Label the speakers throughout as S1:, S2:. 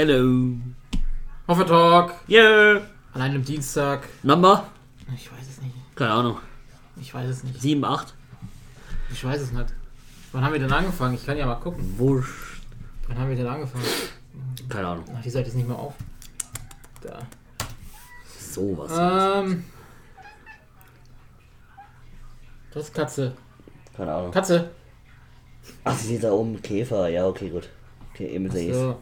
S1: Hello.
S2: Hoffetalk.
S1: Yeah.
S2: Allein am Dienstag.
S1: Number?
S2: Ich weiß es nicht.
S1: Keine Ahnung.
S2: Ich weiß es nicht.
S1: 7, 8?
S2: Ich weiß es nicht. Wann haben wir denn angefangen? Ich kann ja mal gucken.
S1: Wurscht.
S2: Wann haben wir denn angefangen?
S1: Keine Ahnung.
S2: Ach, die Seite ist nicht mehr auf. Da.
S1: Sowas.
S2: Ähm. Das ist Katze.
S1: Keine Ahnung.
S2: Katze.
S1: Ach, sie sieht da oben Käfer. Ja, okay, gut. Okay, eben sehe ich
S2: So.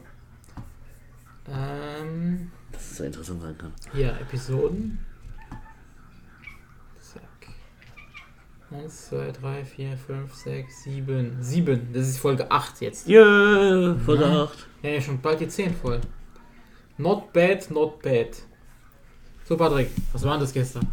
S2: Ähm.
S1: Dass es so interessant sein kann.
S2: Hier, Episoden. Zack. 1, 2, 3, 4, 5, 6, 7. 7. Das ist Folge 8 jetzt.
S1: Yeah, Verdacht.
S2: Ja, ja, schon bald die 10 voll. Not bad, not bad. So, Patrick, was war denn das gestern?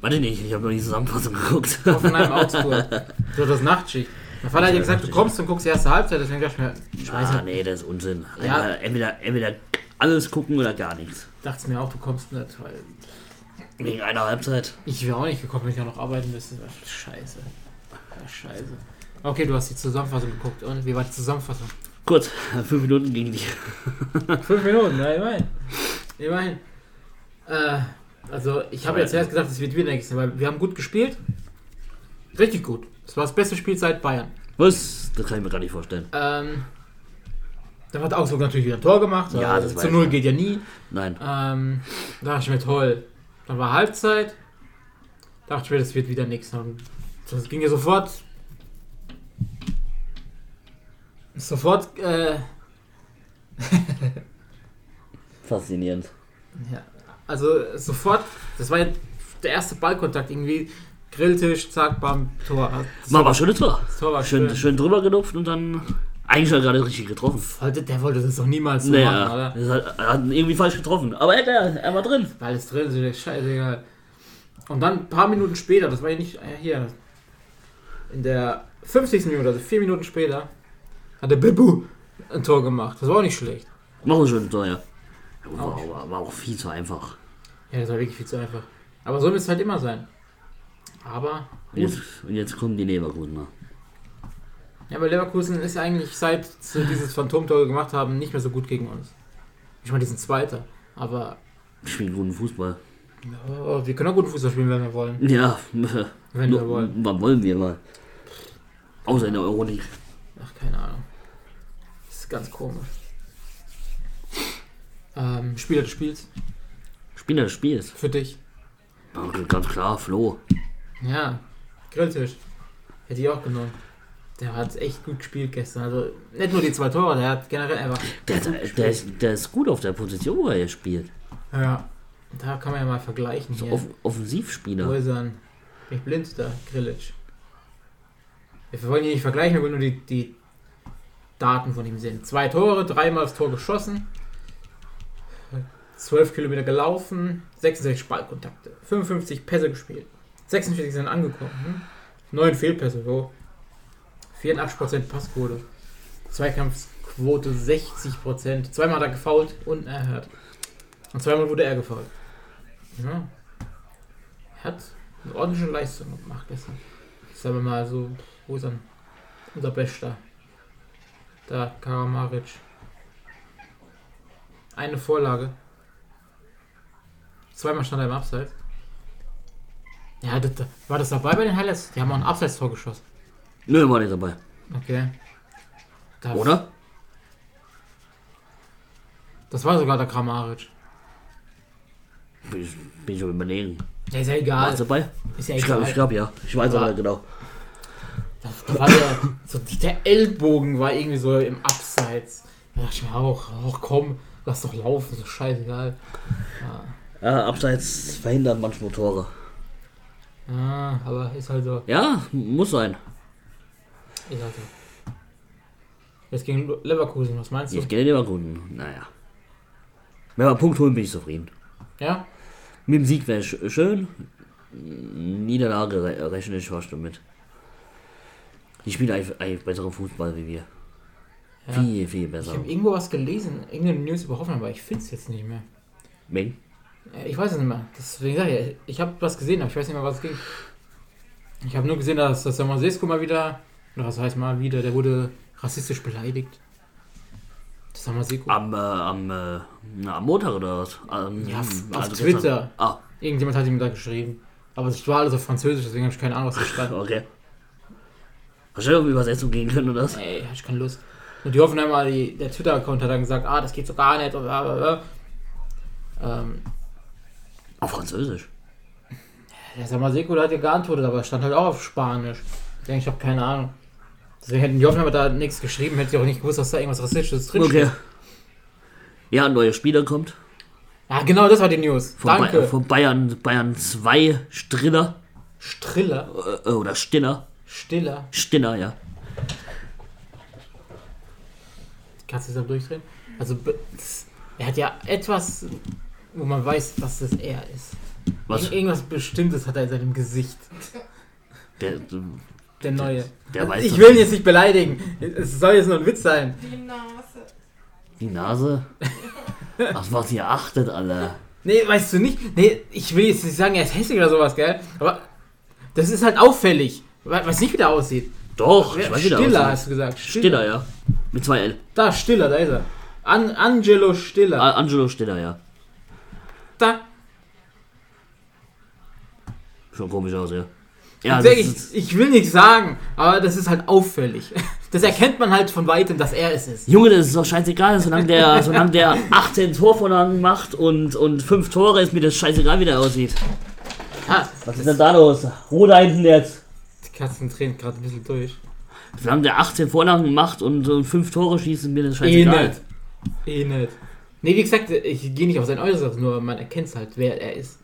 S1: Warte nicht, ich habe noch die Zusammenfassung geguckt.
S2: Hoffenheim Augsburg. So, das Nachtschicht. Mein Vater hat ja gesagt, du kommst und guckst die erste Halbzeit, deswegen dachte ich mir, scheiße.
S1: ah, nee, das ist Unsinn.
S2: Ja.
S1: Entweder, entweder, entweder alles gucken oder gar nichts.
S2: Dachte es mir auch, du kommst nicht, weil
S1: Wegen einer Halbzeit.
S2: ich wäre auch nicht gekommen, wenn ich auch noch arbeiten müsste. Das war scheiße. Das war scheiße. Okay, du hast die Zusammenfassung geguckt. Und wie war die Zusammenfassung?
S1: Kurz, fünf Minuten gegen dich.
S2: Fünf Minuten, ja, immerhin. Immerhin. Äh, also, ich habe ja zuerst gedacht, es wird wieder nächstes, weil wir haben gut gespielt. Richtig gut. Es war das beste Spiel seit Bayern.
S1: Was? Das kann ich mir gar nicht vorstellen.
S2: Ähm, dann hat Augsburg natürlich wieder ein Tor gemacht.
S1: Ja,
S2: Also
S1: das
S2: zu
S1: weiß
S2: null
S1: ich.
S2: geht ja nie.
S1: Nein.
S2: Ähm, da dachte ich mir, toll. Dann war Halbzeit. Dachte ich mir, das wird wieder nichts. Das ging ja sofort. Sofort, äh,
S1: Faszinierend.
S2: Ja, also sofort, das war ja der erste Ballkontakt irgendwie. Grilltisch, zack, bam, Tor. Das
S1: Mal war schönes Tor.
S2: Tor war schön.
S1: Schön, schön drüber genupft und dann eigentlich hat er gerade richtig getroffen.
S2: Wollte, der wollte das doch niemals so machen,
S1: Naja,
S2: oder?
S1: das hat, er hat ihn irgendwie falsch getroffen. Aber hätte er, er war drin.
S2: Weil es drin ist, ist scheißegal. Und dann ein paar Minuten später, das war ja nicht ja, hier, in der 50. Minute, also vier Minuten später, hat der Bibu ein Tor gemacht. Das war auch nicht schlecht.
S1: Noch ein schönes Tor, ja. War, war, war auch viel zu einfach.
S2: Ja, das war wirklich viel zu einfach. Aber so muss es halt immer sein. Aber
S1: Und jetzt, und jetzt kommen die Leverkusener.
S2: Ja, aber Leverkusen ist eigentlich seit sie dieses Phantomtor gemacht haben nicht mehr so gut gegen uns. Ich meine, die sind Zweiter, aber
S1: Spielen guten Fußball.
S2: ja, wir können auch gut Fußball spielen, wenn wir wollen.
S1: Ja,
S2: Wenn wir wollen.
S1: wann wollen wir mal? Außer in der Euroleague.
S2: Ach, keine Ahnung. Das ist ganz komisch. Ähm, Spieler des Spiels,
S1: Spieler des Spiels.
S2: für dich.
S1: Ja, Ganz klar, Flo.
S2: Ja, Grilltisch. Hätte ich auch genommen. Der hat echt gut gespielt gestern. Also nicht nur die zwei Tore, der hat generell einfach.
S1: Der, der, der, ist, der ist gut auf der Position, wo er jetzt spielt.
S2: Ja. Da kann man ja mal vergleichen.
S1: So
S2: hier.
S1: off Offensivspieler.
S2: Häusern. Bin ich blind da, Grillitsch. Wir wollen hier nicht vergleichen, wir wollen nur die, die Daten von ihm sehen. Zwei Tore, dreimal das Tor geschossen, 12 Kilometer gelaufen, 66 Ballkontakte, 55 Pässe gespielt, 46 sind angekommen, hm? 9 Fehlpässe, so. 84% Passquote, Zweikampfquote 60%, zweimal hat er gefault, unerhört. Und zweimal wurde er gefault. Ja, hat eine ordentliche Leistung gemacht gestern. Sagen wir mal so, wo ist dann unser Bester? Da, Karamaric. Eine Vorlage. Zweimal stand er im Abseits. Ja, das, war das dabei bei den Highlights? Die haben auch ein Abseits-Tor geschossen.
S1: Nö, war nicht dabei.
S2: Okay. Da-
S1: Oder?
S2: Das war sogar der Kramaric.
S1: Bin ich, bin ich am überlegen.
S2: Ja, ist ja
S1: War
S2: egal.
S1: es dabei?
S2: ist ja
S1: Ich glaube, ich glaube ja. Ich weiß
S2: Ja.
S1: aber nicht genau.
S2: Das, das war der, so, der Ellbogen war irgendwie so im Abseits. Da dachte ich mir auch, auch komm, lass doch laufen, so scheißegal.
S1: Ja, abseits verhindern manchmal Tore.
S2: Ah, aber ist halt so.
S1: Ja, muss sein.
S2: Ist halt so. Jetzt gegen Leverkusen, was meinst du?
S1: Jetzt geht der Kunden. Naja. Wenn wir einen Punkt holen, bin ich zufrieden.
S2: Ja?
S1: Mit dem Sieg wäre sch schön. Niederlage re rechne ich fast damit. Die spielen eigentlich, eigentlich besseren Fußball wie wir.
S2: Ja.
S1: Viel, viel
S2: Ich
S1: besser.
S2: habe irgendwo was gelesen, irgendeine News über Hoffenheim, aber ich finde es jetzt nicht mehr.
S1: Meng?
S2: Äh, Ich weiß es nicht mehr. Deswegen sag ich, ja, ich habe was gesehen, aber ich weiß nicht mehr, was es ging. Ich habe nur gesehen, dass, dass der Mosesko mal wieder, oder was heißt mal wieder, der wurde rassistisch beleidigt. Das Samaseko.
S1: Am, äh, am, äh, na, am Montag oder was? Am-
S2: Ja, auf
S1: also
S2: Twitter.
S1: gestern. Ah,
S2: Irgendjemand hat ihm da geschrieben. Aber es war alles auf Französisch, deswegen habe ich keine Ahnung, was er stand.
S1: okay. Hast du irgendwie Übersetzung gehen können oder was?
S2: Ey, hab ich keine Lust. Und die Hoffenheimer, die, der Twitter-Account hat dann gesagt, ah, das geht so gar nicht und bla bla bla. Ähm,
S1: Auf Französisch.
S2: der Samaseko, der hat ja geantwortet, aber es stand halt auch auf Spanisch. Ich denke, ich habe keine Ahnung. Deswegen hätten die Hoffenheimer da nichts geschrieben, hätte ich auch nicht gewusst, dass da irgendwas Rassistisches drin
S1: Okay. Ja, ein neuer Spieler kommt.
S2: Ja, genau, das war die News.
S1: Von,
S2: Danke.
S1: Ba- von Bayern, Bayern 2 Striller.
S2: Striller.
S1: Äh, oder Stiller.
S2: Stiller.
S1: Stiller, ja.
S2: Kannst du das am durchdrehen? Also, b- er hat ja etwas, wo man weiß, dass das er ist.
S1: Was?
S2: Irg- Irgendwas Bestimmtes hat er in seinem Gesicht.
S1: Der,
S2: Der Neue.
S1: der weiß
S2: Ich
S1: das.
S2: will ihn jetzt nicht beleidigen. Es soll jetzt nur ein Witz sein.
S3: Die Nase.
S1: Die Nase? Ach, was ihr achtet, Alter.
S2: Nee, weißt du nicht? Nee, ich will jetzt nicht sagen, er ist hässlich oder sowas, gell? Aber das ist halt auffällig. We- Weiß nicht, wie der aussieht.
S1: Doch, ich
S2: Wer-
S1: weiß wieder
S2: Stiller,
S1: was.
S2: hast du gesagt.
S1: Stiller, ja. Mit zwei L.
S2: Da, Stiller, da ist er. An Angelo Stiller.
S1: A- Angelo Stiller, ja.
S2: Da.
S1: Schon komisch aus, ja. Ja, das
S2: Sag ich,
S1: ist,
S2: ich will nichts sagen, aber das ist halt auffällig. Das erkennt man halt von weitem, dass er es ist.
S1: Junge, das ist doch scheißegal, solange der, solange der 18 Torvorlagen macht und, und 5 Tore ist mir das scheißegal, wie der aussieht.
S2: Ha,
S1: Was ist denn da los? Ruhe da hinten jetzt.
S2: die Katzen drehen gerade ein bisschen durch.
S1: Solange der 18 Vorlagen macht und, und 5 Tore schießt, ist mir das
S2: Eh
S1: scheißegal.
S2: nicht. Eh nicht. Nee, wie gesagt, ich gehe nicht auf sein Äußeres, nur man erkennt halt, wer er ist.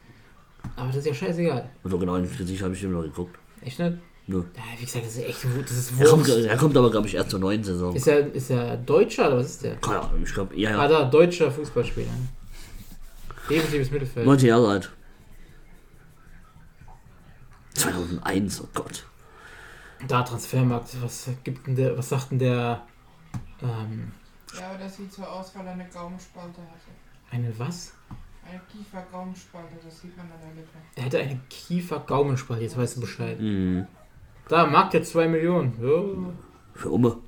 S2: Aber das ist ja scheißegal.
S1: Und so genau ins Gesicht habe ich immer noch geguckt.
S2: Echt nicht?
S1: Nö.
S2: Ja, wie gesagt, das ist echt Wu- das ist
S1: Er kommt,
S2: Wurst.
S1: er kommt aber, glaube ich, erst zur neuen Saison.
S2: Ist er, ist er Deutscher oder was ist der?
S1: Keine Ahnung, ich glaube, ja,
S2: Ah,
S1: ja.
S2: da, deutscher Fußballspieler. Defensives Mittelfeld.
S1: 19 Jahre alt. 2001, oh Gott.
S2: Da, Transfermarkt. Was, gibt denn der, was sagt denn der? Ähm,
S3: Ja, aber das sieht so aus, weil er eine Gaumenspalte hatte.
S2: eine was?
S3: Eine Kiefer-Gaumenspalte, das sieht man an der Lippe.
S2: Er hatte eine Kiefer-Gaumenspalte, jetzt weißt du Bescheid.
S1: Mhm.
S2: Da, Markt jetzt 2 Millionen. Ja.
S1: Für Umme.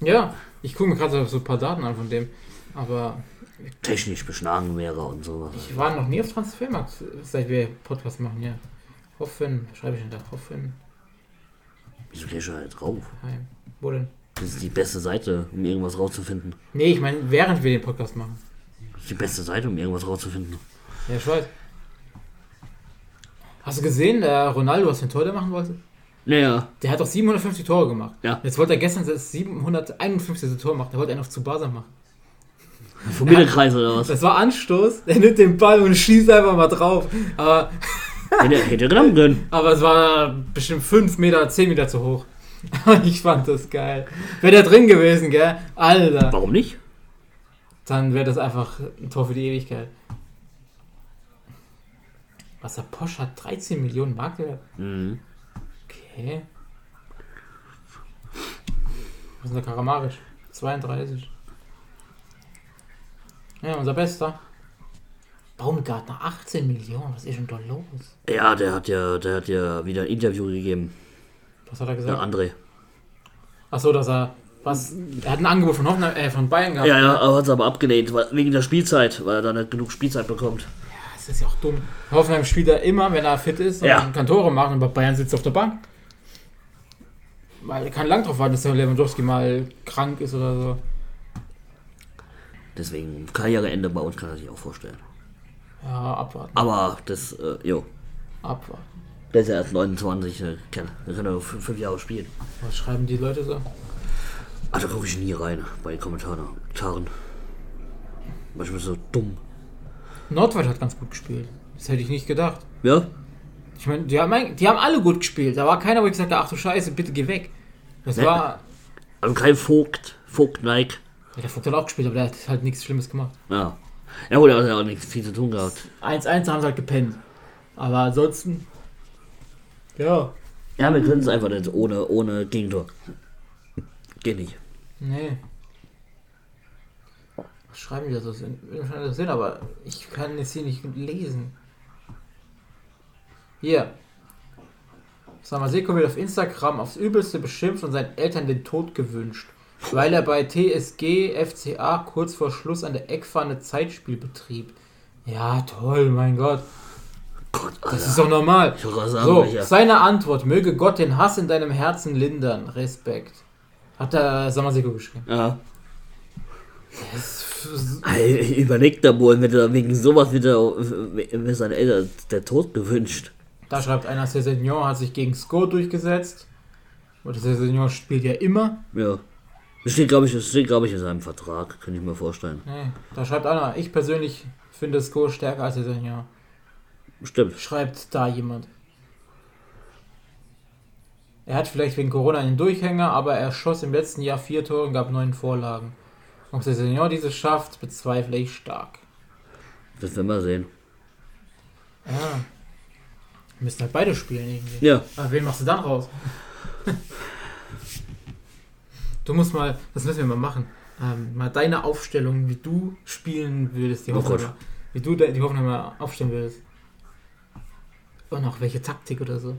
S2: Ja, ich gucke mir gerade so ein paar Daten an von dem. Aber
S1: Technisch beschlagen wäre und sowas.
S2: ich war noch nie auf Transfermarkt, seit wir Podcast machen, ja. Hoffen, schreibe ich denn da? Hoffen,
S1: Wieso gehst du da jetzt halt rauf?
S2: heim. Wo denn?
S1: Das ist die beste Seite, um irgendwas rauszufinden.
S2: Nee, ich meine, während wir den Podcast machen.
S1: Das ist die beste Seite, um irgendwas rauszufinden.
S2: Ja, ich weiß. Hast du gesehen, der Ronaldo, was für ein Tor der machen wollte?
S1: Naja,
S2: Der hat doch 750 Tore gemacht.
S1: Ja.
S2: Jetzt wollte er gestern das 751. Tor machen. Der wollte einen auf Tsubasa machen.
S1: vom Mittelkreis oder was?
S2: Das war Anstoß. Der nimmt den Ball und schießt einfach mal drauf. Aber,
S1: Hätte er hätte er genommen können.
S2: aber es war bestimmt 5 Meter, 10 Meter zu hoch. ich fand das geil. Wäre der drin gewesen, gell? Alter.
S1: Warum nicht?
S2: Dann wäre das einfach ein Tor für die Ewigkeit. Was der Posch hat 13 Millionen Mark wert?
S1: Mhm.
S2: Okay. Was ist denn der Karamarisch? 32. Ja, unser Bester. Baumgartner, 18 Millionen, was ist denn da los?
S1: Ja, der hat ja, der hat ja wieder ein Interview gegeben,
S2: Was hat
S1: der
S2: er gesagt?
S1: André.
S2: Achso, dass er. Was? Er hat ein Angebot von, Hoffenheim, äh, von Bayern gehabt.
S1: Ja, ja, aber hat es aber abgelehnt, weil, wegen der Spielzeit, weil er da nicht genug Spielzeit bekommt.
S2: Das ist ja auch dumm. Hoffenheim spielt er immer, wenn er fit ist und
S1: Ja.
S2: kann Tore machen, aber Bayern sitzt auf der Bank. Weil er kann lang drauf warten, dass der Lewandowski mal krank ist oder so.
S1: Deswegen Karriereende bei uns kann er sich auch vorstellen.
S2: Ja, abwarten.
S1: Aber das, äh, jo,
S2: Abwarten.
S1: der ist ja erst 29, ne, kann, der kann er fünf Jahre spielen.
S2: Was schreiben die Leute so?
S1: Ah, da gucke ich nie rein bei den Kommentaren. Kommentaren. Manchmal so dumm.
S2: Nordwald hat ganz gut gespielt. Das hätte ich nicht gedacht.
S1: Ja?
S2: Ich meine, die haben, eigentlich- die haben alle gut gespielt. Da war keiner, wo ich gesagt habe, ach du Scheiße, bitte geh weg. Das
S1: Ne.
S2: war.
S1: Also kein Vogt, Vogt-like.
S2: Ja, der Vogt hat auch gespielt, aber der hat halt nichts Schlimmes gemacht.
S1: Ja. Ja gut, da hat er auch nichts viel zu tun gehabt.
S2: 1-1 haben sie halt gepennt. Aber ansonsten. Ja.
S1: Ja, wir können es einfach nicht ohne, ohne Gegentor. Geht nicht.
S2: Nee. Was schreiben die da so? Sinn- Wahrscheinlich das Sinn, aber ich kann es hier nicht lesen. Hier. Samaseko wird auf Instagram aufs Übelste beschimpft und seinen Eltern den Tod gewünscht, weil er bei TSG FCA kurz vor Schluss an der Eckfahne Zeitspiel betrieb. Ja, toll, mein Gott.
S1: Gott,
S2: Das ist doch normal.
S1: Ich wollte gerade sagen,
S2: So,
S1: Micha.
S2: seine Antwort, möge Gott den Hass in deinem Herzen lindern. Respekt. Hat der Samaseko geschrieben.
S1: Ja.
S2: Das ist-
S1: Ey, Überleg da wohl, wenn er wegen sowas wieder wenn seinen Eltern der Tod gewünscht.
S2: Da schreibt einer, Cessignon hat sich gegen Sko durchgesetzt. Und Cessignon spielt ja immer.
S1: Ja. Das steht, glaube ich, das steht, glaube ich, in seinem Vertrag, könnte ich mir vorstellen.
S2: Nee, Da schreibt einer, ich persönlich finde Sko stärker als Cessignon.
S1: Stimmt.
S2: Schreibt da jemand. Er hat vielleicht wegen Corona einen Durchhänger, aber er schoss im letzten Jahr vier Tore und gab neun Vorlagen. Ob Cessignon dieses schafft, bezweifle ich stark.
S1: Das werden wir sehen.
S2: Ja. Müssen halt beide spielen irgendwie.
S1: Ja.
S2: Aber wen machst du dann raus? du musst mal, das müssen wir mal machen, ähm, mal deine Aufstellung, wie du spielen würdest, die
S1: Oh Gott.
S2: Hoffnung, wie du de- die Hoffnung mal aufstellen würdest. Und auch welche Taktik oder so.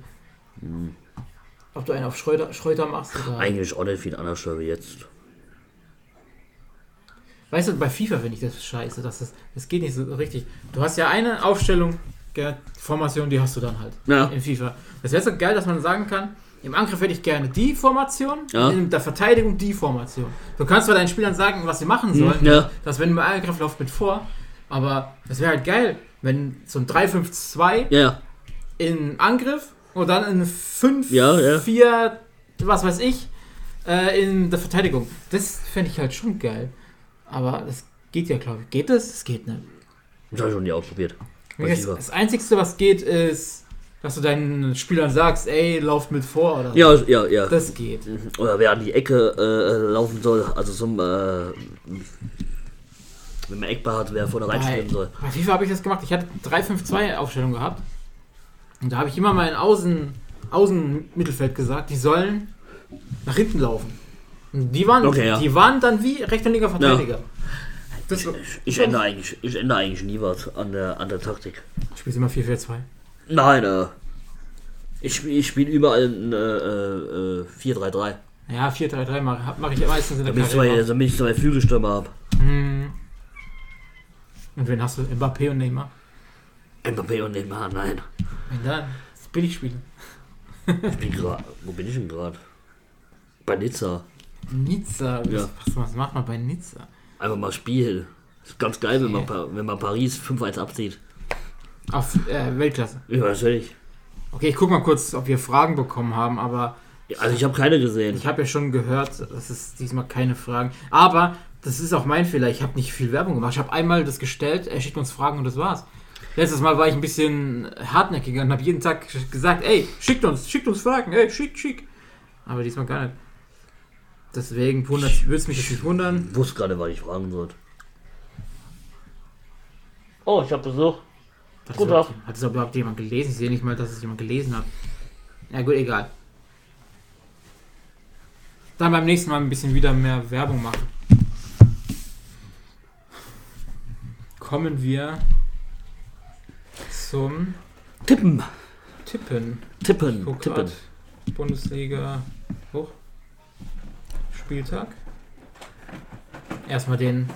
S1: Hm.
S2: Ob du einen auf Schreuter, Schreuter machst oder.
S1: Eigentlich auch nicht viel anders wie jetzt.
S2: Weißt du, bei FIFA finde ich das scheiße, dass das, das geht nicht so richtig. Du hast ja eine Aufstellung, gell, Formation, die hast du dann halt.
S1: Ja.
S2: in FIFA. Das wäre so geil, dass man sagen kann, im Angriff hätte ich gerne die Formation,
S1: Ja.
S2: in der Verteidigung die Formation. Du kannst zwar deinen Spielern sagen, was sie machen sollen,
S1: Hm, Ja.
S2: dass wenn im Angriff läuft mit vor, aber das wäre halt geil, wenn so ein 3-5-2
S1: Ja.
S2: in Angriff und dann in 5,
S1: Ja, ja.
S2: 4, was weiß ich, äh, in der Verteidigung. Das fände ich halt schon geil. Aber das geht ja, glaube ich. Geht das? Es geht nicht.
S1: Das habe ich noch nie ausprobiert. Bei
S2: Das,
S1: FIFA.
S2: das Einzige, was geht, ist, dass du deinen Spielern sagst, ey, lauft mit vor oder so.
S1: Ja, also, ja, ja.
S2: Das geht.
S1: Oder wer an die Ecke äh, laufen soll, also zum äh, wenn man Eckbar hat, wer vorne
S2: Bei,
S1: reinspielen soll.
S2: bei FIFA habe ich das gemacht. Ich hatte 3-5-2-Aufstellung gehabt. Und da habe ich immer meinen Außen, Außenmittelfeld gesagt, die sollen nach hinten laufen. Und die waren,
S1: Okay, ja.
S2: die waren dann wie rechter linker Verteidiger. Das,
S1: Ich ändere eigentlich, ich ändere eigentlich nie was an der an der Taktik.
S2: Spielst immer 4-4-2.
S1: Nein, äh, ich spiele ich spiel überall ein, äh, äh, 4-3-3.
S2: Ja, 4-3-3 mache mach ich meistens in der
S1: Damit ich zwei,
S2: Karriere.
S1: damit ich zwei Flügelstürmer habe.
S2: Hm. Und wen hast du? Mbappé und Neymar?
S1: Mbappé und Neymar, nein.
S2: Wenn dann, das bin ich Spieler.
S1: Ich bin grad, wo bin ich denn gerade? Bei Nizza.
S2: Nizza,
S1: Ja.
S2: was, was macht man bei Nizza?
S1: Einfach mal spielen. Ist ganz geil, wenn man,
S2: Ja.
S1: Pa- wenn man Paris 5-1 abzieht.
S2: Auf äh, Weltklasse.
S1: Ja, natürlich.
S2: Okay, ich guck mal kurz, ob wir Fragen bekommen haben, aber
S1: Ja, Also ich habe keine gesehen.
S2: ich habe ja schon gehört, das ist diesmal keine Fragen. Aber das ist auch mein Fehler, ich habe nicht viel Werbung gemacht. Ich habe einmal das gestellt, er schickt uns Fragen und das war's. Letztes Mal war ich ein bisschen hartnäckiger und habe jeden Tag gesagt, ey, schickt uns, schickt uns Fragen, ey, schickt, schickt. Aber diesmal gar nicht. Deswegen würde es mich jetzt nicht wundern.
S1: Ich wusste gerade, was ich fragen sollte. Oh, ich habe Besuch.
S2: Hat das,
S1: Gut
S2: überhaupt,
S1: ab.
S2: hat das überhaupt jemand gelesen? Ich sehe nicht mal, dass es jemand gelesen hat. Na gut, egal. Dann beim nächsten Mal ein bisschen wieder mehr Werbung machen. Kommen wir zum
S1: Tippen.
S2: Tippen.
S1: Tippen.
S2: Guck
S1: Tippen.
S2: grad. Bundesliga hoch. Spieltag. Erstmal den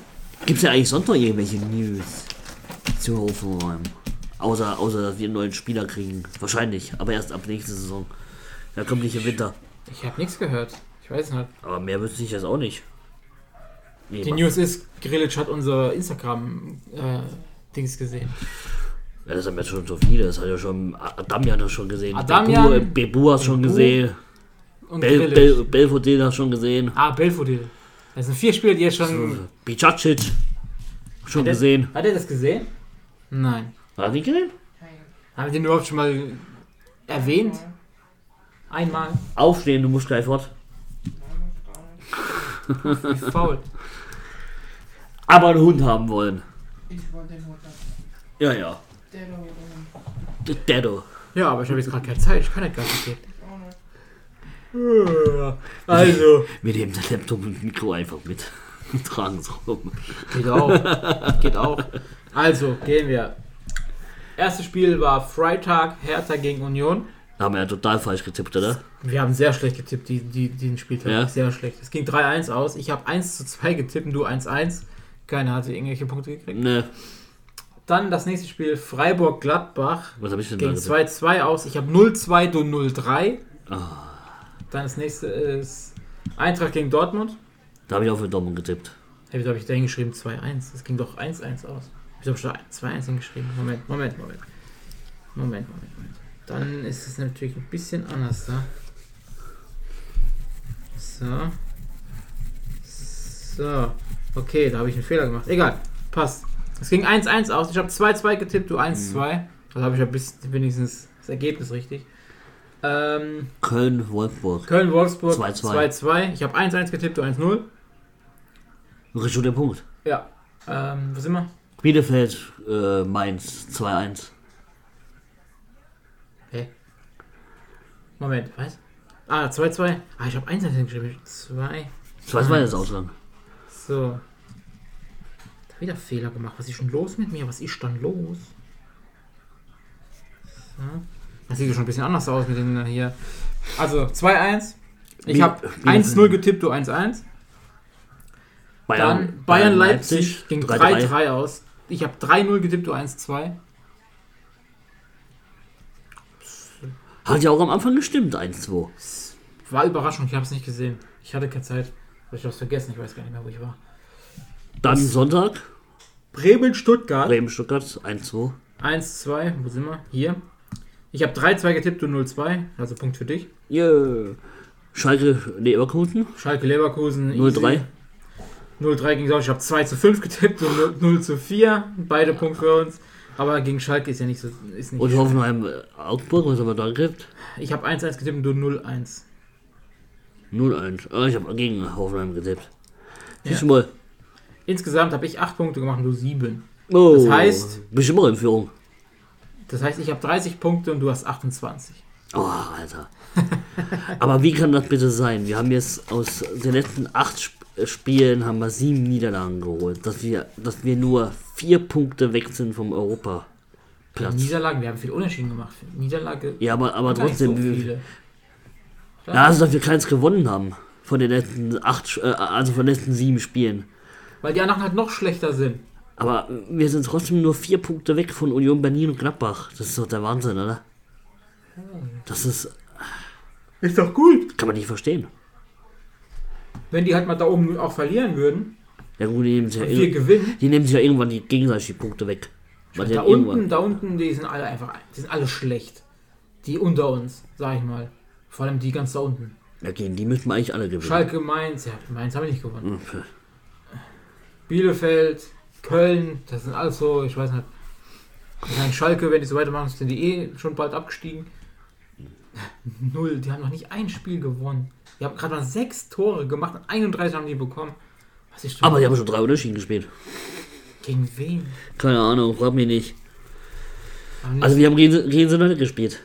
S1: Gibt's ja eigentlich sonst noch irgendwelche News zu Hoffenheim? Außer, außer, dass wir einen neuen Spieler kriegen. Wahrscheinlich, aber erst ab nächste Saison. Da kommt nicht im Winter.
S2: Ich habe nichts gehört. Ich weiß nicht.
S1: Aber mehr wüsste ich jetzt auch nicht. Nee,
S2: Die
S1: mach-
S2: News ist, Grilic hat unser Instagram-Dings gesehen.
S1: Ja, das haben jetzt schon so viele. Das hat ja schon Adamian das schon gesehen.
S2: Adamian,
S1: Bebu, äh, Bebu hast schon
S2: Bebu,
S1: gesehen.
S2: Und
S1: Bel,
S2: Grilic.
S1: Bel, Belfodil hast schon gesehen.
S2: ah, Belfodil. Das sind vier Spieler, die er schon.
S1: Bicacic schon
S2: Hat er-
S1: gesehen.
S2: Hat er das gesehen? Nein.
S1: Hat er nicht gesehen?
S3: Nein.
S2: Haben wir den überhaupt schon mal erwähnt? Einmal.
S1: Aufstehen, du musst gleich fort.
S3: Nein, das war nicht.
S2: Wie faul.
S1: Aber einen Hund haben wollen.
S3: Ich wollte den Hut haben.
S1: Ja, ja.
S3: Der da oben.
S1: D- Dedo.
S2: Ja, aber ich habe jetzt gerade keine Zeit. Ich kann nicht gar nicht gehen.
S3: Ich auch nicht.
S2: Also.
S1: Wir nehmen den Laptop und Mikro einfach mit. Und tragen es rum.
S2: Geht auch. Geht auch. Also, gehen wir. Erstes Spiel war Freitag, Hertha gegen Union.
S1: Haben wir ja total falsch getippt, oder?
S2: Wir haben sehr schlecht getippt, die, die, den Spieltag.
S1: Ja.
S2: Sehr schlecht. Es ging 3-1 aus. Ich habe 1 zu 2 getippt und du 1-1. Keiner hatte irgendwelche Punkte gekriegt.
S1: Ne,
S2: Dann das nächste Spiel Freiburg-Gladbach.
S1: was habe ich denn da
S2: Ging
S1: getippt?
S2: 2-2 aus. Ich habe 0-2, du 0-3.
S1: Ah,
S2: Dann das nächste ist Eintracht gegen Dortmund.
S1: da habe ich auch für Dortmund getippt.
S2: Hey, wieso habe ich da hingeschrieben 2-1? Das ging doch 1-1 aus. Wieso habe ich da 2-1 hingeschrieben? Moment, Moment, Moment. Moment, Moment, Moment. Dann ist es natürlich ein bisschen anders da. So. So. Okay, da habe ich einen Fehler gemacht. Egal, passt. Es ging 1-1 aus. Ich habe 2-2 getippt, du 1-2. Also habe ich ja bis, wenigstens das Ergebnis richtig. Ähm,
S1: Köln-Wolfsburg.
S2: Köln-Wolfsburg
S1: 2-2.
S2: 2-2. Ich habe 1-1 getippt, du 1-0.
S1: Richtig schon der Punkt.
S2: Ja. Ähm, wo sind wir?
S1: Bielefeld, äh, Mainz 2-1.
S2: Moment, was? Ah, 2-2. Ah, ich habe 1 hingeschrieben. 2.
S1: 2-2 ist Ausgang.
S2: So. Da wieder Fehler gemacht. Was ist schon los mit mir? Was ist dann los? So. Das sieht ja schon ein bisschen anders aus mit den hier. Also 2-1. Ich
S1: Wie-
S2: habe
S1: wie-
S2: 1-0 getippt, du 1-1. Dann Bayern-Leipzig ging 3-3 aus. Ich habe 3-0 getippt, du 1-2.
S1: Hat ja auch am Anfang gestimmt, 1-2.
S2: War Überraschung, ich habe es nicht gesehen. Ich hatte keine Zeit. Ich habe es vergessen, ich weiß gar nicht mehr, wo ich war.
S1: Dann Sonntag,
S2: Bremen-Stuttgart.
S1: Bremen-Stuttgart 1-2.
S2: 1-2, wo sind wir? Hier. Ich habe 3-2 getippt, du 0-2, also Punkt für dich.
S1: Yeah. Schalke, nee, Leverkusen
S2: Schalke Leverkusen. easy.
S1: 0-3.
S2: 0-3 ging es aus. Ich habe 2 zu 5 getippt und 0 zu 4. Beide Punkt für uns. Aber gegen Schalke ist ja nicht so. Ist nicht
S1: Und
S2: schlecht.
S1: Hoffenheim, äh, Augsburg, was haben wir da gekriegt?
S2: ich habe 1-1 getippt und du 0-1.
S1: 0-1. Ah, ich habe gegen Hoffenheim getippt.
S2: Ja.
S1: Siehst du mal.
S2: Insgesamt habe ich 8 Punkte gemacht und du 7.
S1: Oh,
S2: Das heißt-
S1: Bist immer in Führung.
S2: Das heißt, ich habe 30 Punkte und du hast 28.
S1: Oh, Alter. Aber wie kann das bitte sein? Wir haben jetzt aus den letzten acht Sp äh, Spielen haben wir sieben Niederlagen geholt. Dass wir, dass wir nur vier Punkte weg sind vom Europaplatz.
S2: Niederlagen, wir haben viel Unentschieden gemacht. Niederlage.
S1: Ja, aber, aber
S2: gar nicht
S1: trotzdem.
S2: so viele.
S1: ja, also dass wir keins gewonnen haben. Von den letzten acht, Sch- äh, also von den letzten sieben Spielen.
S2: Weil die anderen halt noch schlechter sind.
S1: Aber wir sind trotzdem nur vier Punkte weg von Union Berlin und Gladbach. Das ist doch der Wahnsinn, oder? Das ist.
S2: Ist doch gut.
S1: kann man nicht verstehen.
S2: Wenn die halt mal da oben auch verlieren würden
S1: Ja gut, die nehmen sich ja,
S2: und wir
S1: ir-
S2: gewinnen,
S1: die nehmen sich ja irgendwann die gegenseitig die Punkte weg. Weil die
S2: da
S1: ja irgendwann-
S2: unten, da unten, die sind alle einfach, die sind alle schlecht. Die unter uns, sag ich mal. Vor allem die ganz da unten.
S1: Ja, gegen die müssen wir eigentlich alle gewinnen.
S2: Schalke, Mainz, ja, Mainz haben wir nicht gewonnen.
S1: Okay.
S2: Bielefeld, Köln, das sind alles so, ich weiß nicht. Ich meine, Schalke, wenn die so weitermachen, sind die eh schon bald abgestiegen. Null, die haben noch nicht ein Spiel gewonnen. Die haben gerade mal sechs Tore gemacht und 31 haben die bekommen. Was ist
S1: Aber die haben schon drei Unterschieden gespielt.
S2: Gegen wen?
S1: Keine Ahnung, frag mich nicht.
S2: Haben die
S1: Also wir haben gegen, gegen sie noch nicht gespielt.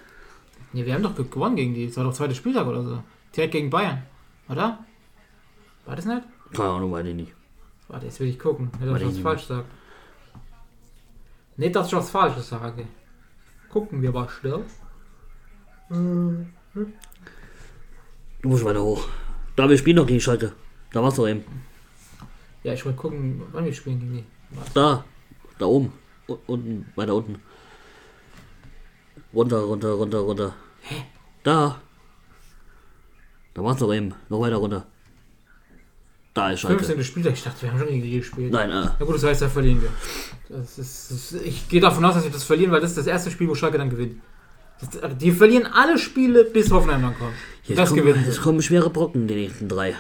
S2: Ne, wir haben doch gewonnen gegen die. Das war doch zweiter Spieltag oder so. Direkt gegen Bayern, oder? War das nicht?
S1: Keine Ahnung, weiß ich nicht.
S2: Warte, jetzt will ich gucken. Nicht, dass
S1: Warte,
S2: ich was
S1: ich-
S2: falsch sage. Nicht, dass ich was Falsches sage. Gucken wir mal schnell.
S1: Du musst weiter hoch. Da wir spielen noch gegen Schalke. Da war's doch eben.
S2: Ja, ich wollte gucken, wann wir spielen gegen die. Warte.
S1: Da. Da oben. U unten. Weiter unten. Runter, runter, runter, runter. Da. Da war's doch eben. Noch weiter runter. Da ist Schalke.
S2: 15. Spieltag. Ich dachte, wir haben schon gegen die gespielt.
S1: Nein, äh.
S2: Na gut, das heißt, da verlieren wir. Das ist, das ist, ich gehe davon aus, dass wir das verlieren, weil das ist das erste Spiel, wo Schalke dann gewinnt. Das, die verlieren alle Spiele, bis Hoffenheim dann kommt.
S1: Jetzt,
S2: das
S1: kommen,
S2: gewinnen sie.
S1: jetzt kommen schwere Brocken, die nächsten drei.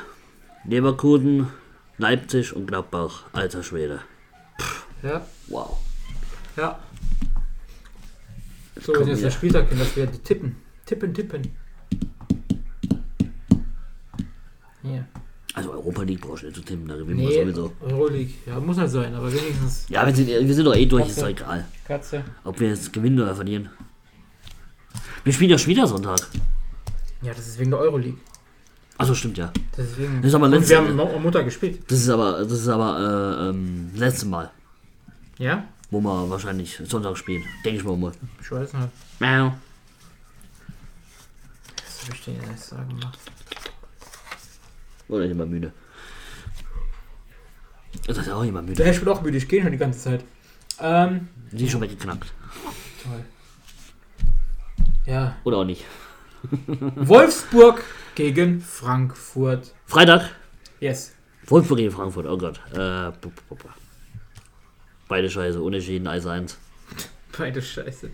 S1: Leverkusen, Leipzig und Gladbach. Alter Schwede.
S2: Ja,
S1: Wow.
S2: ja. So,
S1: Komm
S2: jetzt ist
S1: hier.
S2: der Spieltag hin, dass wir die tippen. Tippen, tippen. Hier.
S1: Also Europa League brauchst du nicht zu tippen, da gewinnen wir
S2: Nee,
S1: sowieso.
S2: Euroleague. Ja, muss halt sein, aber wenigstens.
S1: Ja, wir sind, wir sind doch eh durch, ist doch
S2: Okay.
S1: egal.
S2: Katze.
S1: Ob wir jetzt gewinnen oder verlieren. Wir spielen ja schon wieder Sonntag.
S2: Ja, das ist wegen der Euroleague.
S1: Achso, Also stimmt ja.
S2: Das ist wegen.
S1: Das ist aber
S2: Und
S1: letzte-
S2: wir haben am Montag gespielt.
S1: Das ist aber, das ist aber äh, ähm, letztes Mal,
S2: Ja?
S1: wo wir wahrscheinlich Sonntag spielen. Denke ich mal mal.
S2: Ich weiß nicht.
S1: Miau.
S2: Hab ich dir ja erst sagen gemacht.
S1: Oder immer müde. Das ist auch immer müde.
S2: Der Ash wird auch müde, ich gehe schon die ganze Zeit. Ähm,
S1: Die ist schon weggeknackt.
S2: toll. Ja.
S1: Oder auch nicht.
S2: Wolfsburg gegen Frankfurt.
S1: Freitag.
S2: Yes.
S1: Wolfsburg gegen Frankfurt. Oh Gott. Äh, bu- bu- bu- bu. beide Scheiße. Unentschieden. 1-1.
S2: Beide Scheiße.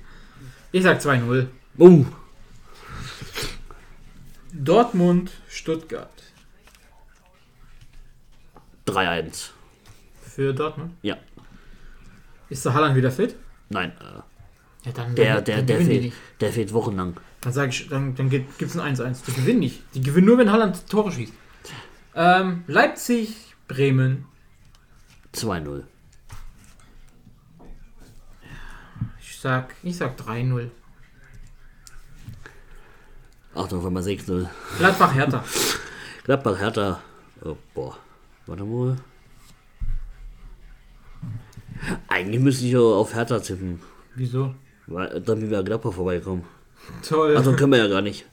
S2: Ich sag 2-0.
S1: Uh.
S2: Dortmund, Stuttgart.
S1: 3-1.
S2: Für Dortmund?
S1: Ja.
S2: Ist der Haaland wieder fit?
S1: Nein. Äh,
S2: Ja, dann,
S1: der, der,
S2: dann
S1: der,
S2: gewinnen die
S1: fehlt,
S2: nicht.
S1: der fehlt wochenlang.
S2: Dann sage ich, dann, dann gibt es ein 1-1. Die gewinnen nicht. Die gewinnen nur, wenn Haaland Tore schießt. Ähm, Leipzig, Bremen.
S1: 2-0.
S2: Ich sag, ich sag 3-0.
S1: Achtung, auf einmal 6-0.
S2: Gladbach, Hertha.
S1: Gladbach, Hertha. Oh, boah. Warte mal. Eigentlich müsste ich ja auf Hertha tippen,
S2: Wieso?
S1: weil, damit wir an Gladbach vorbeikommen.
S2: Toll.
S1: Also können wir ja gar nicht.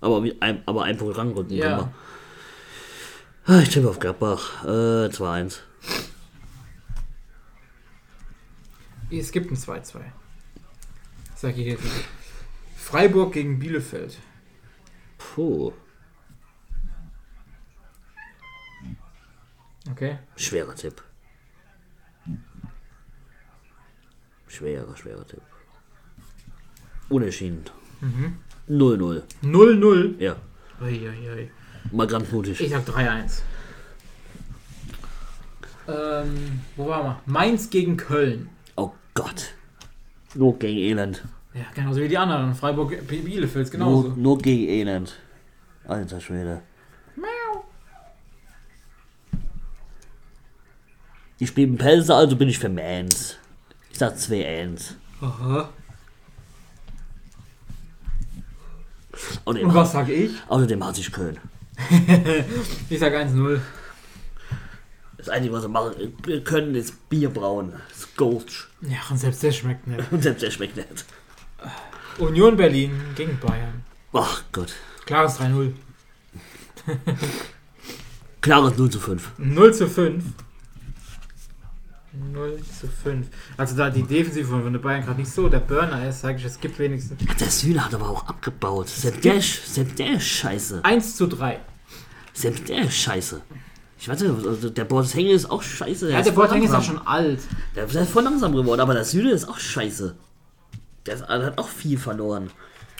S1: Aber, mit einem, aber ein Punkt ranrücken
S2: ja.
S1: können wir. Ah, Ich tippe auf Gladbach. Äh, 2-1.
S2: Es gibt ein 2-2. Sag ich jetzt. nicht. Freiburg gegen Bielefeld.
S1: Puh.
S2: Okay.
S1: Schwerer Tipp. Schwerer, schwerer Tipp. Unentschieden.
S2: Mhm.
S1: 0-0.
S2: 0-0.
S1: Ja.
S2: Uiuiui.
S1: Mal ganz mutig.
S2: Ich sag 3-1. Ähm, wo waren wir? Mainz gegen Köln.
S1: Oh Gott. Not gegen Elend.
S2: Ja, genauso wie die anderen. Freiburg, B- Bielefeld, genauso.
S1: Not, Not gegen Elend. Ah, Alter Schwede. Die spielen Pelzer, also bin ich für Mans. Ich sag 2-1.
S2: Aha. Und
S1: Außerdem,
S2: was sag ich?
S1: außerdem hasse ich Köln.
S2: Ich sag 1-0.
S1: Das Einzige, was wir machen äh, können, ist Bier brauen. Das Gold.
S2: Ja, und selbst der schmeckt nicht.
S1: Und selbst der schmeckt nicht.
S2: Union Berlin gegen Bayern.
S1: Ach Oh Gott.
S2: Klares 3-0.
S1: Klares 0 zu 5.
S2: 0 zu 5. 0 zu 5. Also da die Defensive von der Bayern gerade nicht so der Burner ist, sage ich, es gibt wenigstens
S1: Der Süle hat aber auch abgebaut. Selbst der, Sch- selbst der ist scheiße.
S2: 1 zu 3.
S1: Selbst der ist scheiße. Ich weiß nicht, also der Boateng ist auch scheiße.
S2: Ja, der
S1: voll
S2: Boateng ist ja
S1: langsam.
S2: schon alt.
S1: Der ist ja voll langsam geworden, aber der Süle ist auch scheiße. Der ist- der hat auch viel verloren.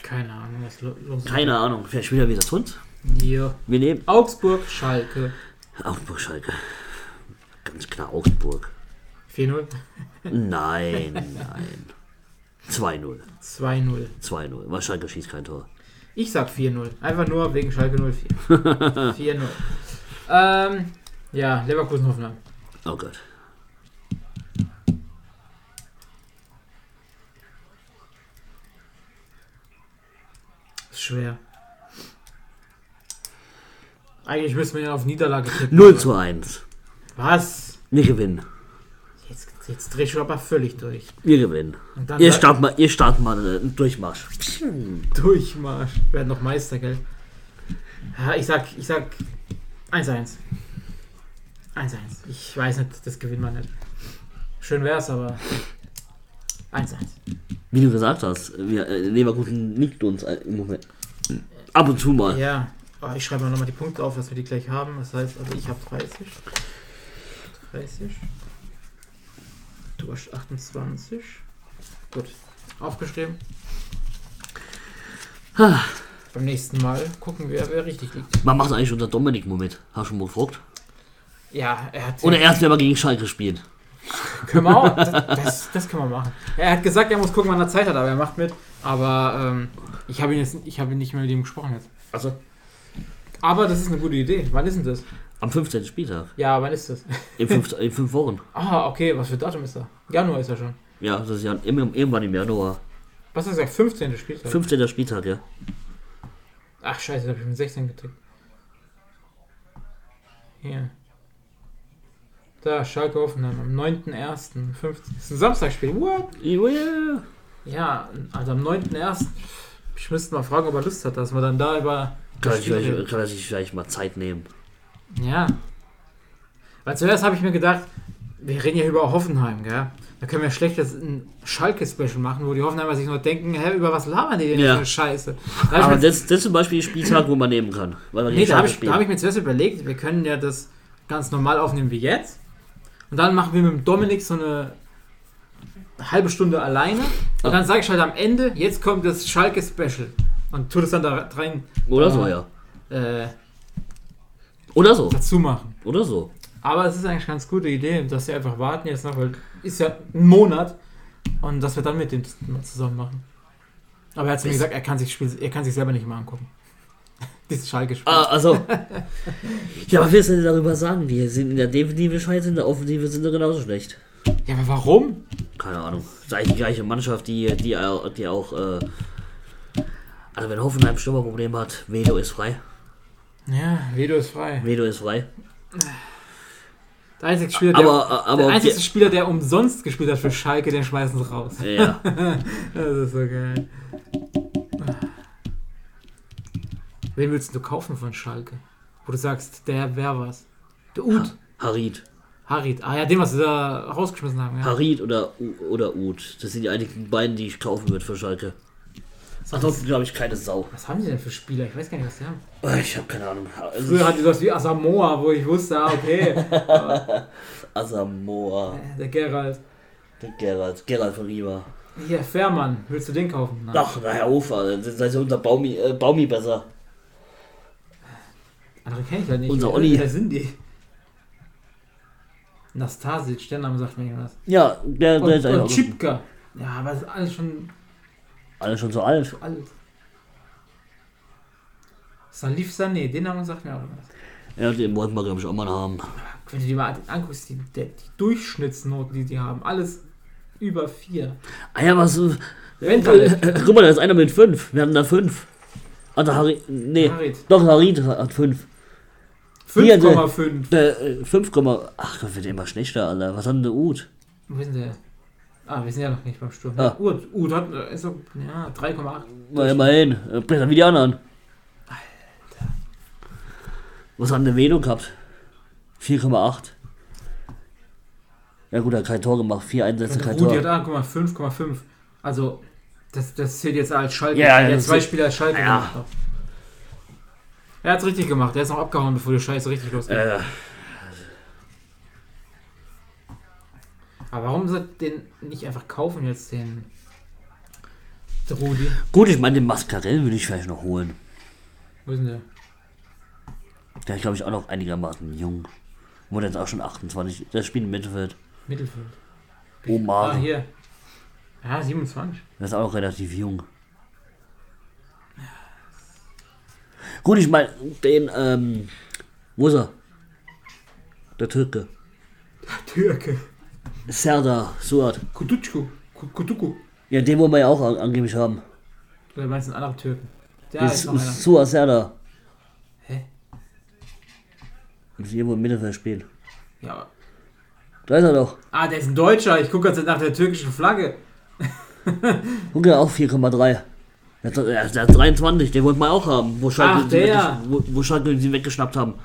S2: Keine Ahnung, was lo- los ist.
S1: Keine Ahnung, vielleicht spielt er wieder Hund.
S2: Hier.
S1: Wir nehmen
S2: Augsburg, Schalke.
S1: Augsburg Schalke. Ganz klar Augsburg.
S2: 4-0.
S1: Nein, nein. 2-0.
S2: 2-0.
S1: 2-0. Weil Schalke schießt kein Tor.
S2: Ich sag 4-0. Einfach nur wegen Schalke 04. 4-0. Ähm, ja, Leverkusen Hoffenheim.
S1: Oh Gott.
S2: Ist schwer. Eigentlich müssen wir ja auf Niederlage tippen.
S1: 0 zu 1.
S2: Was?
S1: Wir gewinnen.
S2: Jetzt, jetzt drehst du aber völlig durch.
S1: Wir gewinnen.
S2: Und dann
S1: Ihr
S2: sag-
S1: startet mal, ihr startet mal äh, einen Durchmarsch. Pschiu.
S2: Durchmarsch. Wir werden noch Meister, gell? Ja, ich sag, ich sag 1-1. 1-1. Ich weiß nicht, das gewinnt man nicht. Schön wär's, aber 1-1.
S1: Wie du gesagt hast, wir, äh, Leverkusen nickt uns äh, im Moment. Ab und zu mal.
S2: Ja, aber ich schreibe mir nochmal die Punkte auf, dass wir die gleich haben. Das heißt, also ich habe 30. 30. Du hast 28. Gut, aufgeschrieben. Beim nächsten Mal gucken wir, wer richtig liegt.
S1: Man macht eigentlich unter Dominik mal mit. Hast du schon mal gefragt?
S2: Ja, er hat.
S1: Oder erst, wenn wir gegen Schalke spielen.
S2: Können wir auch, das, das können wir machen. Er hat gesagt, er muss gucken, wann er Zeit hat, aber er macht mit. Aber ähm, ich habe ihn jetzt, ich habe nicht mehr mit ihm gesprochen jetzt.
S1: Also
S2: Aber das ist eine gute Idee. Wann ist denn das?
S1: Am 15. Spieltag.
S2: Ja, wann ist das?
S1: In fünf, in fünf Wochen.
S2: Ah, okay, was für Datum ist da? Januar ist er schon.
S1: Ja, das ist ja im, im- irgendwann im Januar.
S2: Was hast du gesagt? 15. Spieltag?
S1: 15. Spieltag, ja.
S2: Ach, scheiße, da habe ich mit 16 getippt. Hier. Da, Schalke Hoffenheim am 9.1. 15. Das ist ein Samstagspiel. What?
S1: Ja.
S2: Ja, also am 9.1. Ich müsste mal fragen, ob er Lust hat, dass wir dann da über.
S1: Kann er, sich
S2: Spiel reden.
S1: vielleicht, kann er sich vielleicht mal Zeit nehmen.
S2: Ja. Weil zuerst habe ich mir gedacht, wir reden ja über Hoffenheim, gell? Da können wir schlecht jetzt ein Schalke-Special machen, wo die Hoffenheimer sich nur denken, hä, über was labern die denn
S1: Ja.
S2: für eine Scheiße? Da
S1: Aber
S2: habe ich, mir-
S1: das, das ist zum Beispiel ein Spieltag, wo man nehmen kann. Weil man
S2: nee,
S1: gegen
S2: da hab
S1: Schalke
S2: ich, da hab ich
S1: spielt.
S2: mir zuerst überlegt, wir können ja das ganz normal aufnehmen wie jetzt. Und dann machen wir mit dem Dominik so eine halbe Stunde alleine. Und dann sage ich halt am Ende, jetzt kommt das Schalke-Special. Und tu das dann da rein
S1: Oder so, ja.
S2: äh,
S1: Oder so.
S2: dazu machen.
S1: Oder so.
S2: Aber es ist eigentlich eine ganz gute Idee, dass wir einfach warten jetzt noch, weil ist ja ein Monat und dass wir dann mit dem mal zusammen machen. Aber er hat zu mir
S1: Bis-
S2: gesagt, er kann sich Spiel, er kann sich selber nicht mehr angucken. Dieses Schalke-Spiel.
S1: Ah, also. ja, aber was willst du denn darüber sagen? Wir sind in der Defensive scheiße, in der Offensive sind wir genauso schlecht.
S2: Ja, aber warum?
S1: Keine Ahnung. Ist eigentlich die gleiche Mannschaft, die, die, au- die auch. Äh, also, wenn Hoffenheim Stürmerprobleme hat, Vedo ist frei.
S2: Ja, Vedo ist frei.
S1: Vedo ist frei.
S2: Der einzige Spieler, der,
S1: Aber, äh, aber.
S2: der, einzige Spieler, der umsonst gespielt hat für Schalke, den schmeißen sie raus.
S1: ja.
S2: Das ist so geil. Ah. Wen willst du kaufen von Schalke? Wo du sagst, der wäre was. Der Ud.
S1: Harid.
S2: Harit. Ah ja, den, was sie da rausgeschmissen haben. Ja.
S1: Harid oder, U- oder Uth. Das sind die einzigen beiden, die ich kaufen würde für Schalke. Ansonsten glaube ich keine Sau.
S2: Was haben die denn für Spieler? Ich weiß gar nicht, was die haben.
S1: Oh, Ich habe keine Ahnung. Also,
S2: Früher hatte ich sowas wie Asamoah, wo ich wusste, ah, okay,
S1: Asamoah,
S2: der Gerald.
S1: der Gerald, Gerald von Riva.
S2: Hier, Fährmann, willst du den kaufen? Nein.
S1: Ach, na Herr Ufer, das ist ja unser Baumi, äh, Baumi besser.
S2: Andere kenne ich halt nicht.
S1: Unser Olli.
S2: Wer sind die? Nastasic, der Name sagt mir irgendwas.
S1: Ja, der,
S2: Und,
S1: der ist eigentlich
S2: und
S1: auch
S2: Chipka. Ja, aber das ist alles schon
S1: alle schon so alt.
S2: zu alt. Salif Sané, den Namen sagt mir auch irgendwas.
S1: Ja, den wollten wir, glaube ich, auch mal haben.
S2: Wenn du dir mal anguckst, die, der- die Durchschnittsnoten, die die haben, alles über vier.
S1: Ah ja, was. äh,
S2: Bentaleb.
S1: äh, Guck mal, da ist einer mit fünf. Wir haben da fünf. Ah, der Harid. Nee.
S2: Harit.
S1: Doch, Harid hat fünf. Hier, der-
S2: 5,5.
S1: Äh, äh, 5, ach, Gott, wird immer schlechter, Alter. Was hat denn der Ut?
S2: Wo ist denn der? Ah, wir sind ja noch nicht beim Sturm.
S1: Ah.
S2: Ut, Ut hat äh, ist so, ja, 3,8.
S1: Na, immerhin. Äh, Besser wie die anderen. Alter. Was hat denn der Veno gehabt? 4,8. Ja gut, er hat kein Tor gemacht. Vier Einsätze, kein
S2: Und
S1: Tor.
S2: Rudi hat ah, guck mal, 5,5. Also, das, das zählt jetzt als Schalke.
S1: Ja,
S2: der
S1: das
S2: zwei
S1: ist-
S2: Spieler als Schalke.
S1: Ja.
S2: gemacht hat. Er hat's richtig gemacht. Er ist noch abgehauen, bevor die Scheiße richtig losgeht.
S1: Äh, Äh.
S2: Aber warum soll den nicht einfach kaufen jetzt den Rudi?
S1: gut, ich meine, den Mascarell würde ich vielleicht noch holen.
S2: Wo ist denn der?
S1: Der ist, glaube ich, auch noch einigermaßen jung. Wurde jetzt auch schon 28. Der spielt im Mittelfeld.
S2: Mittelfeld.
S1: Omar.
S2: Ah, hier. Ja, 27.
S1: Der ist auch noch relativ jung. Gut, ich meine, den, ähm, wo ist er? Der Türke.
S2: Türke.
S1: Serdar Suat.
S2: Kututschku. Ku- Kutuku.
S1: Ja, den wollen wir ja auch an, angeblich haben.
S2: Oder meinst du einen anderen Türken? Der
S1: Ja,
S2: ist noch einer.
S1: Suat Serdar.
S2: Hä?
S1: Und irgendwo im Mittelfeld spielen.
S2: Ja, aber
S1: Da ist er doch.
S2: Ah, der ist ein Deutscher. Ich gucke jetzt nach der türkischen Flagge.
S1: Guck ja auch 4,3. Der, hat- der, der hat 23, den wollten wir auch haben. Wo Schalke,
S2: Ach,
S1: sie
S2: der.
S1: weggesch- wo, wo Schalke sie weggeschnappt haben.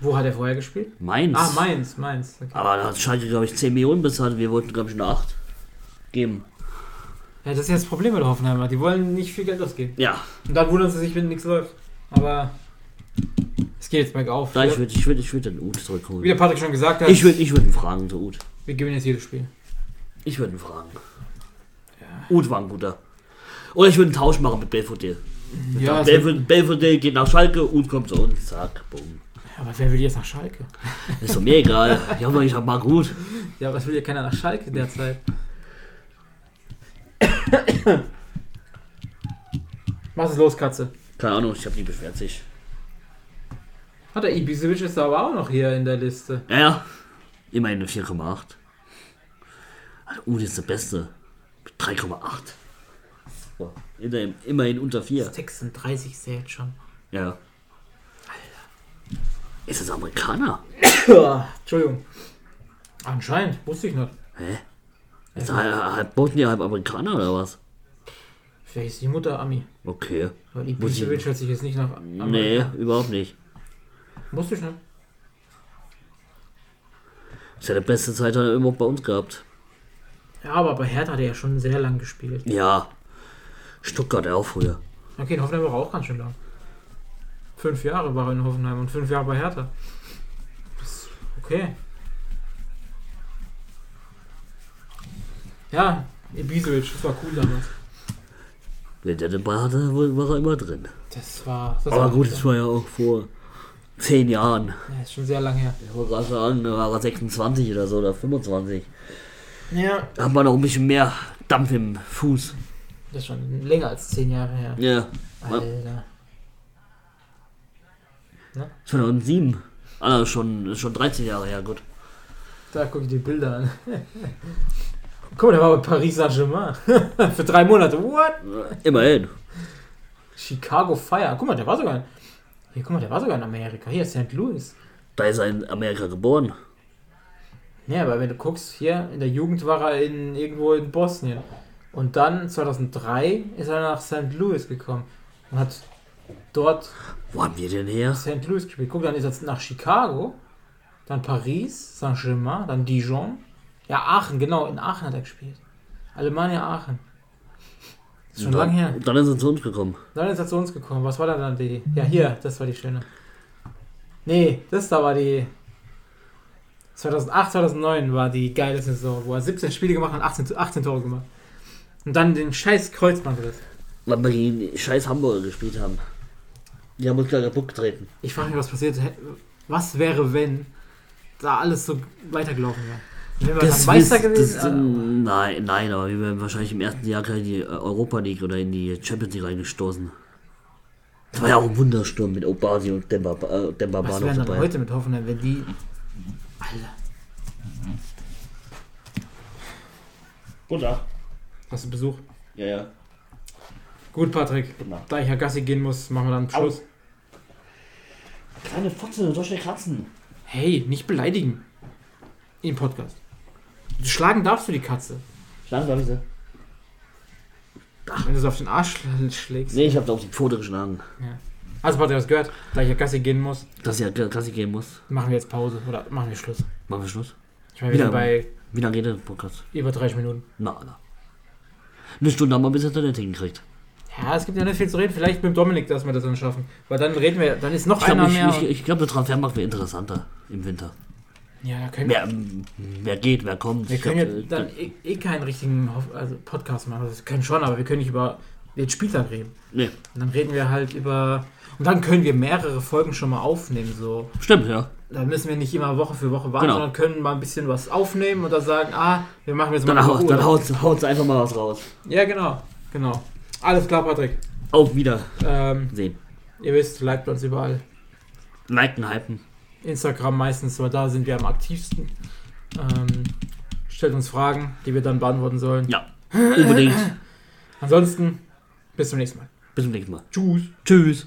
S2: Wo hat er vorher gespielt?
S1: Mainz.
S2: Ah, Mainz, Mainz. Okay.
S1: Aber da hat Schalke, glaube ich, 10 Millionen bezahlt. Wir wollten, glaube ich, nur 8 geben.
S2: Ja, das ist jetzt das Problem mit Hoffenheimer. Die wollen nicht viel Geld ausgeben.
S1: Ja,
S2: Und dann wundern sie sich, wenn nichts läuft. Aber es geht jetzt bergauf.
S1: da ich
S2: Wieder-
S1: würde ich würd, ich würd den Ut
S2: Wie der
S1: zurückholen.
S2: Patrick schon gesagt hat,
S1: Ich würde ich würd ihn fragen, so Ut.
S2: wir gewinnen jetzt jedes Spiel.
S1: Ich würde ihn fragen. Ut war ein guter. Oder ich würde einen Tausch machen mit Belfodil.
S2: Ja, es wird,
S1: Belfodil, Belfodil geht nach Schalke, Ut kommt zu uns. Zack, bumm.
S2: aber wer will jetzt nach Schalke?
S1: Ist doch mir egal. Ja, aber ich hab mal gut.
S2: Ja, aber es will ja keiner nach Schalke derzeit. Was ist los, Katze?
S1: Keine Ahnung, ich hab die beschwert sich.
S2: Hat der Ibisevic ist aber auch noch hier in der Liste.
S1: Ja, ja. Immerhin eine 4,8. Also Ut ist der Beste. Mit 3,8. So, immerhin- Immerhin unter 4.
S2: 36 ist er jetzt schon.
S1: Ja. Alter. Ist das Amerikaner?
S2: Entschuldigung. Anscheinend, wusste ich nicht.
S1: Ist er halb, halb Bosnier, halb Amerikaner oder was?
S2: Vielleicht ist die Mutter Ami.
S1: Okay.
S2: Aber die
S1: Muss ich-
S2: Bicevic hört sich jetzt nicht nach Ami.
S1: Nee, überhaupt nicht.
S2: Musst du schon.
S1: Ist ja der beste Zeit, hat er immer bei uns gehabt.
S2: Ja, aber bei Hertha hat er ja schon sehr lang gespielt.
S1: Ja. Stuttgart auch früher.
S2: Okay, in Hoffenheim war er auch ganz schön lang. Fünf Jahre war er in Hoffenheim und fünf Jahre bei Hertha. Das ist okay. Ja, Ibisevic, das war cool damals.
S1: Wenn der den Ball hatte, war er immer drin.
S2: Das war. Das
S1: Aber
S2: war
S1: gut, das war ja auch vor zehn Jahren.
S2: ja, ist schon sehr lang her.
S1: Ich wollte gerade sagen, da war er 26 oder so oder 25.
S2: Ja.
S1: Da hat man noch ein bisschen mehr Dampf im Fuß.
S2: Das ist schon länger als zehn Jahre her.
S1: Ja.
S2: Alter.
S1: 2007. Ah, das ist schon, das ist schon 13 Jahre her, gut.
S2: Da gucke ich die Bilder an. Guck mal, der war bei Paris Saint-Germain. Für drei Monate. What?
S1: Immerhin.
S2: Chicago Fire. Guck mal, der war sogar in, hier, guck mal, der war sogar in Amerika. Hier, St. Louis.
S1: Da ist er in Amerika geboren.
S2: Ja, aber wenn du guckst, hier in der Jugend war er in, irgendwo in Bosnien. Und dann 2003 ist er nach St. Louis gekommen und hat dort
S1: Wo haben wir den her?
S2: St. Louis gespielt. Guck, dann ist er nach Chicago, dann Paris, Saint-Germain, dann Dijon. Ja, Aachen, genau, in Aachen hat er gespielt. Alemannia Aachen. Ist schon
S1: Und
S2: lang
S1: dann,
S2: her.
S1: und Dann ist er zu uns gekommen.
S2: Dann ist er zu uns gekommen. Was war da dann die? Ja, hier, das war die schöne. Nee, das da war die. 2008, 2009 war die geile Saison, wo er 17 Spiele gemacht hat und 18, 18 Tore gemacht. Und dann den scheiß Kreuzbandriss.
S1: Weil wir gegen scheiß Hamburger gespielt haben. Die haben uns gleich kaputt getreten.
S2: Ich frage mich, was passiert. hä- Was wäre, wenn da alles so weitergelaufen wäre? Wären wir dann Meister
S1: wisst-
S2: gewesen?
S1: das-
S2: Alter?
S1: nein, nein, aber wir wären wahrscheinlich im ersten Jahr gleich in die äh, Europa League oder in die Champions League reingestoßen. Das war ja auch ein Wundersturm mit Obasi und Demba, äh, Demba
S2: was
S1: Ba
S2: wären
S1: noch
S2: dann
S1: dabei.
S2: heute mit Hoffenheim, wenn die. Alter.
S1: Guten Tag.
S2: Hast du Besuch?
S1: Ja, ja.
S2: Gut, Patrick.
S1: Genau.
S2: Da ich ja Gassi gehen muss, machen wir dann einen Schluss.
S1: Kleine Fotze, solche Katzen.
S2: Hey, nicht beleidigen. Im Podcast. Schlagen darfst du die Katze.
S1: Schlagen darf ich sie?
S2: Wenn du sie auf den Arsch schl- schlägst.
S1: Nee, ich hab da auf die Pfote geschlagen.
S2: Also, Patrick, hast du gehört? Da ich ja Gassi gehen muss,
S1: Dass ich ja Klassik gehen muss.
S2: machen wir jetzt Pause. Oder machen wir Schluss.
S1: Machen wir Schluss.
S2: Ich meine, wir sind
S1: Wieder.
S2: bei
S1: Wie lange geht der Podcast?
S2: über 30 Minuten.
S1: Na, na. Eine Stunde haben wir bis jetzt nicht hingekriegt.
S2: Ja, es gibt ja nicht viel zu reden. Vielleicht mit Dominik, dass wir das dann schaffen. Weil dann reden wir, dann ist noch
S1: Ich
S2: einer
S1: glaube, ich,
S2: mehr.
S1: ich, ich glaub, der Transfermarkt wäre interessanter im Winter.
S2: ja, da können wir.
S1: Wer, wer geht, wer kommt.
S2: Wir
S1: Ich
S2: können
S1: glaub,
S2: ja
S1: äh,
S2: dann eh, eh keinen richtigen Hoff- also Podcast machen. Also, wir können schon, aber wir können nicht über den Spieltag reden.
S1: Nee,
S2: Und dann reden wir halt über. Und dann können wir mehrere Folgen schon mal aufnehmen, so.
S1: stimmt, ja.
S2: Da müssen wir nicht immer Woche für Woche warten,
S1: Genau.
S2: sondern können mal ein bisschen was aufnehmen und dann sagen, ah, wir machen jetzt mal
S1: Dann,
S2: eine
S1: hau,
S2: Woche
S1: dann
S2: Urlaub.
S1: haut's, haut's einfach mal was raus.
S2: Ja, genau. Genau. Alles klar, Patrick.
S1: Auf Wiedersehen.
S2: Ähm, ihr wisst, liked uns überall.
S1: Liken, hypen.
S2: Instagram meistens, weil da sind wir am aktivsten. Ähm, stellt uns Fragen, die wir dann beantworten sollen.
S1: Ja, unbedingt.
S2: Ansonsten, bis zum nächsten Mal.
S1: Bis zum nächsten Mal.
S2: Tschüss.
S1: Tschüss.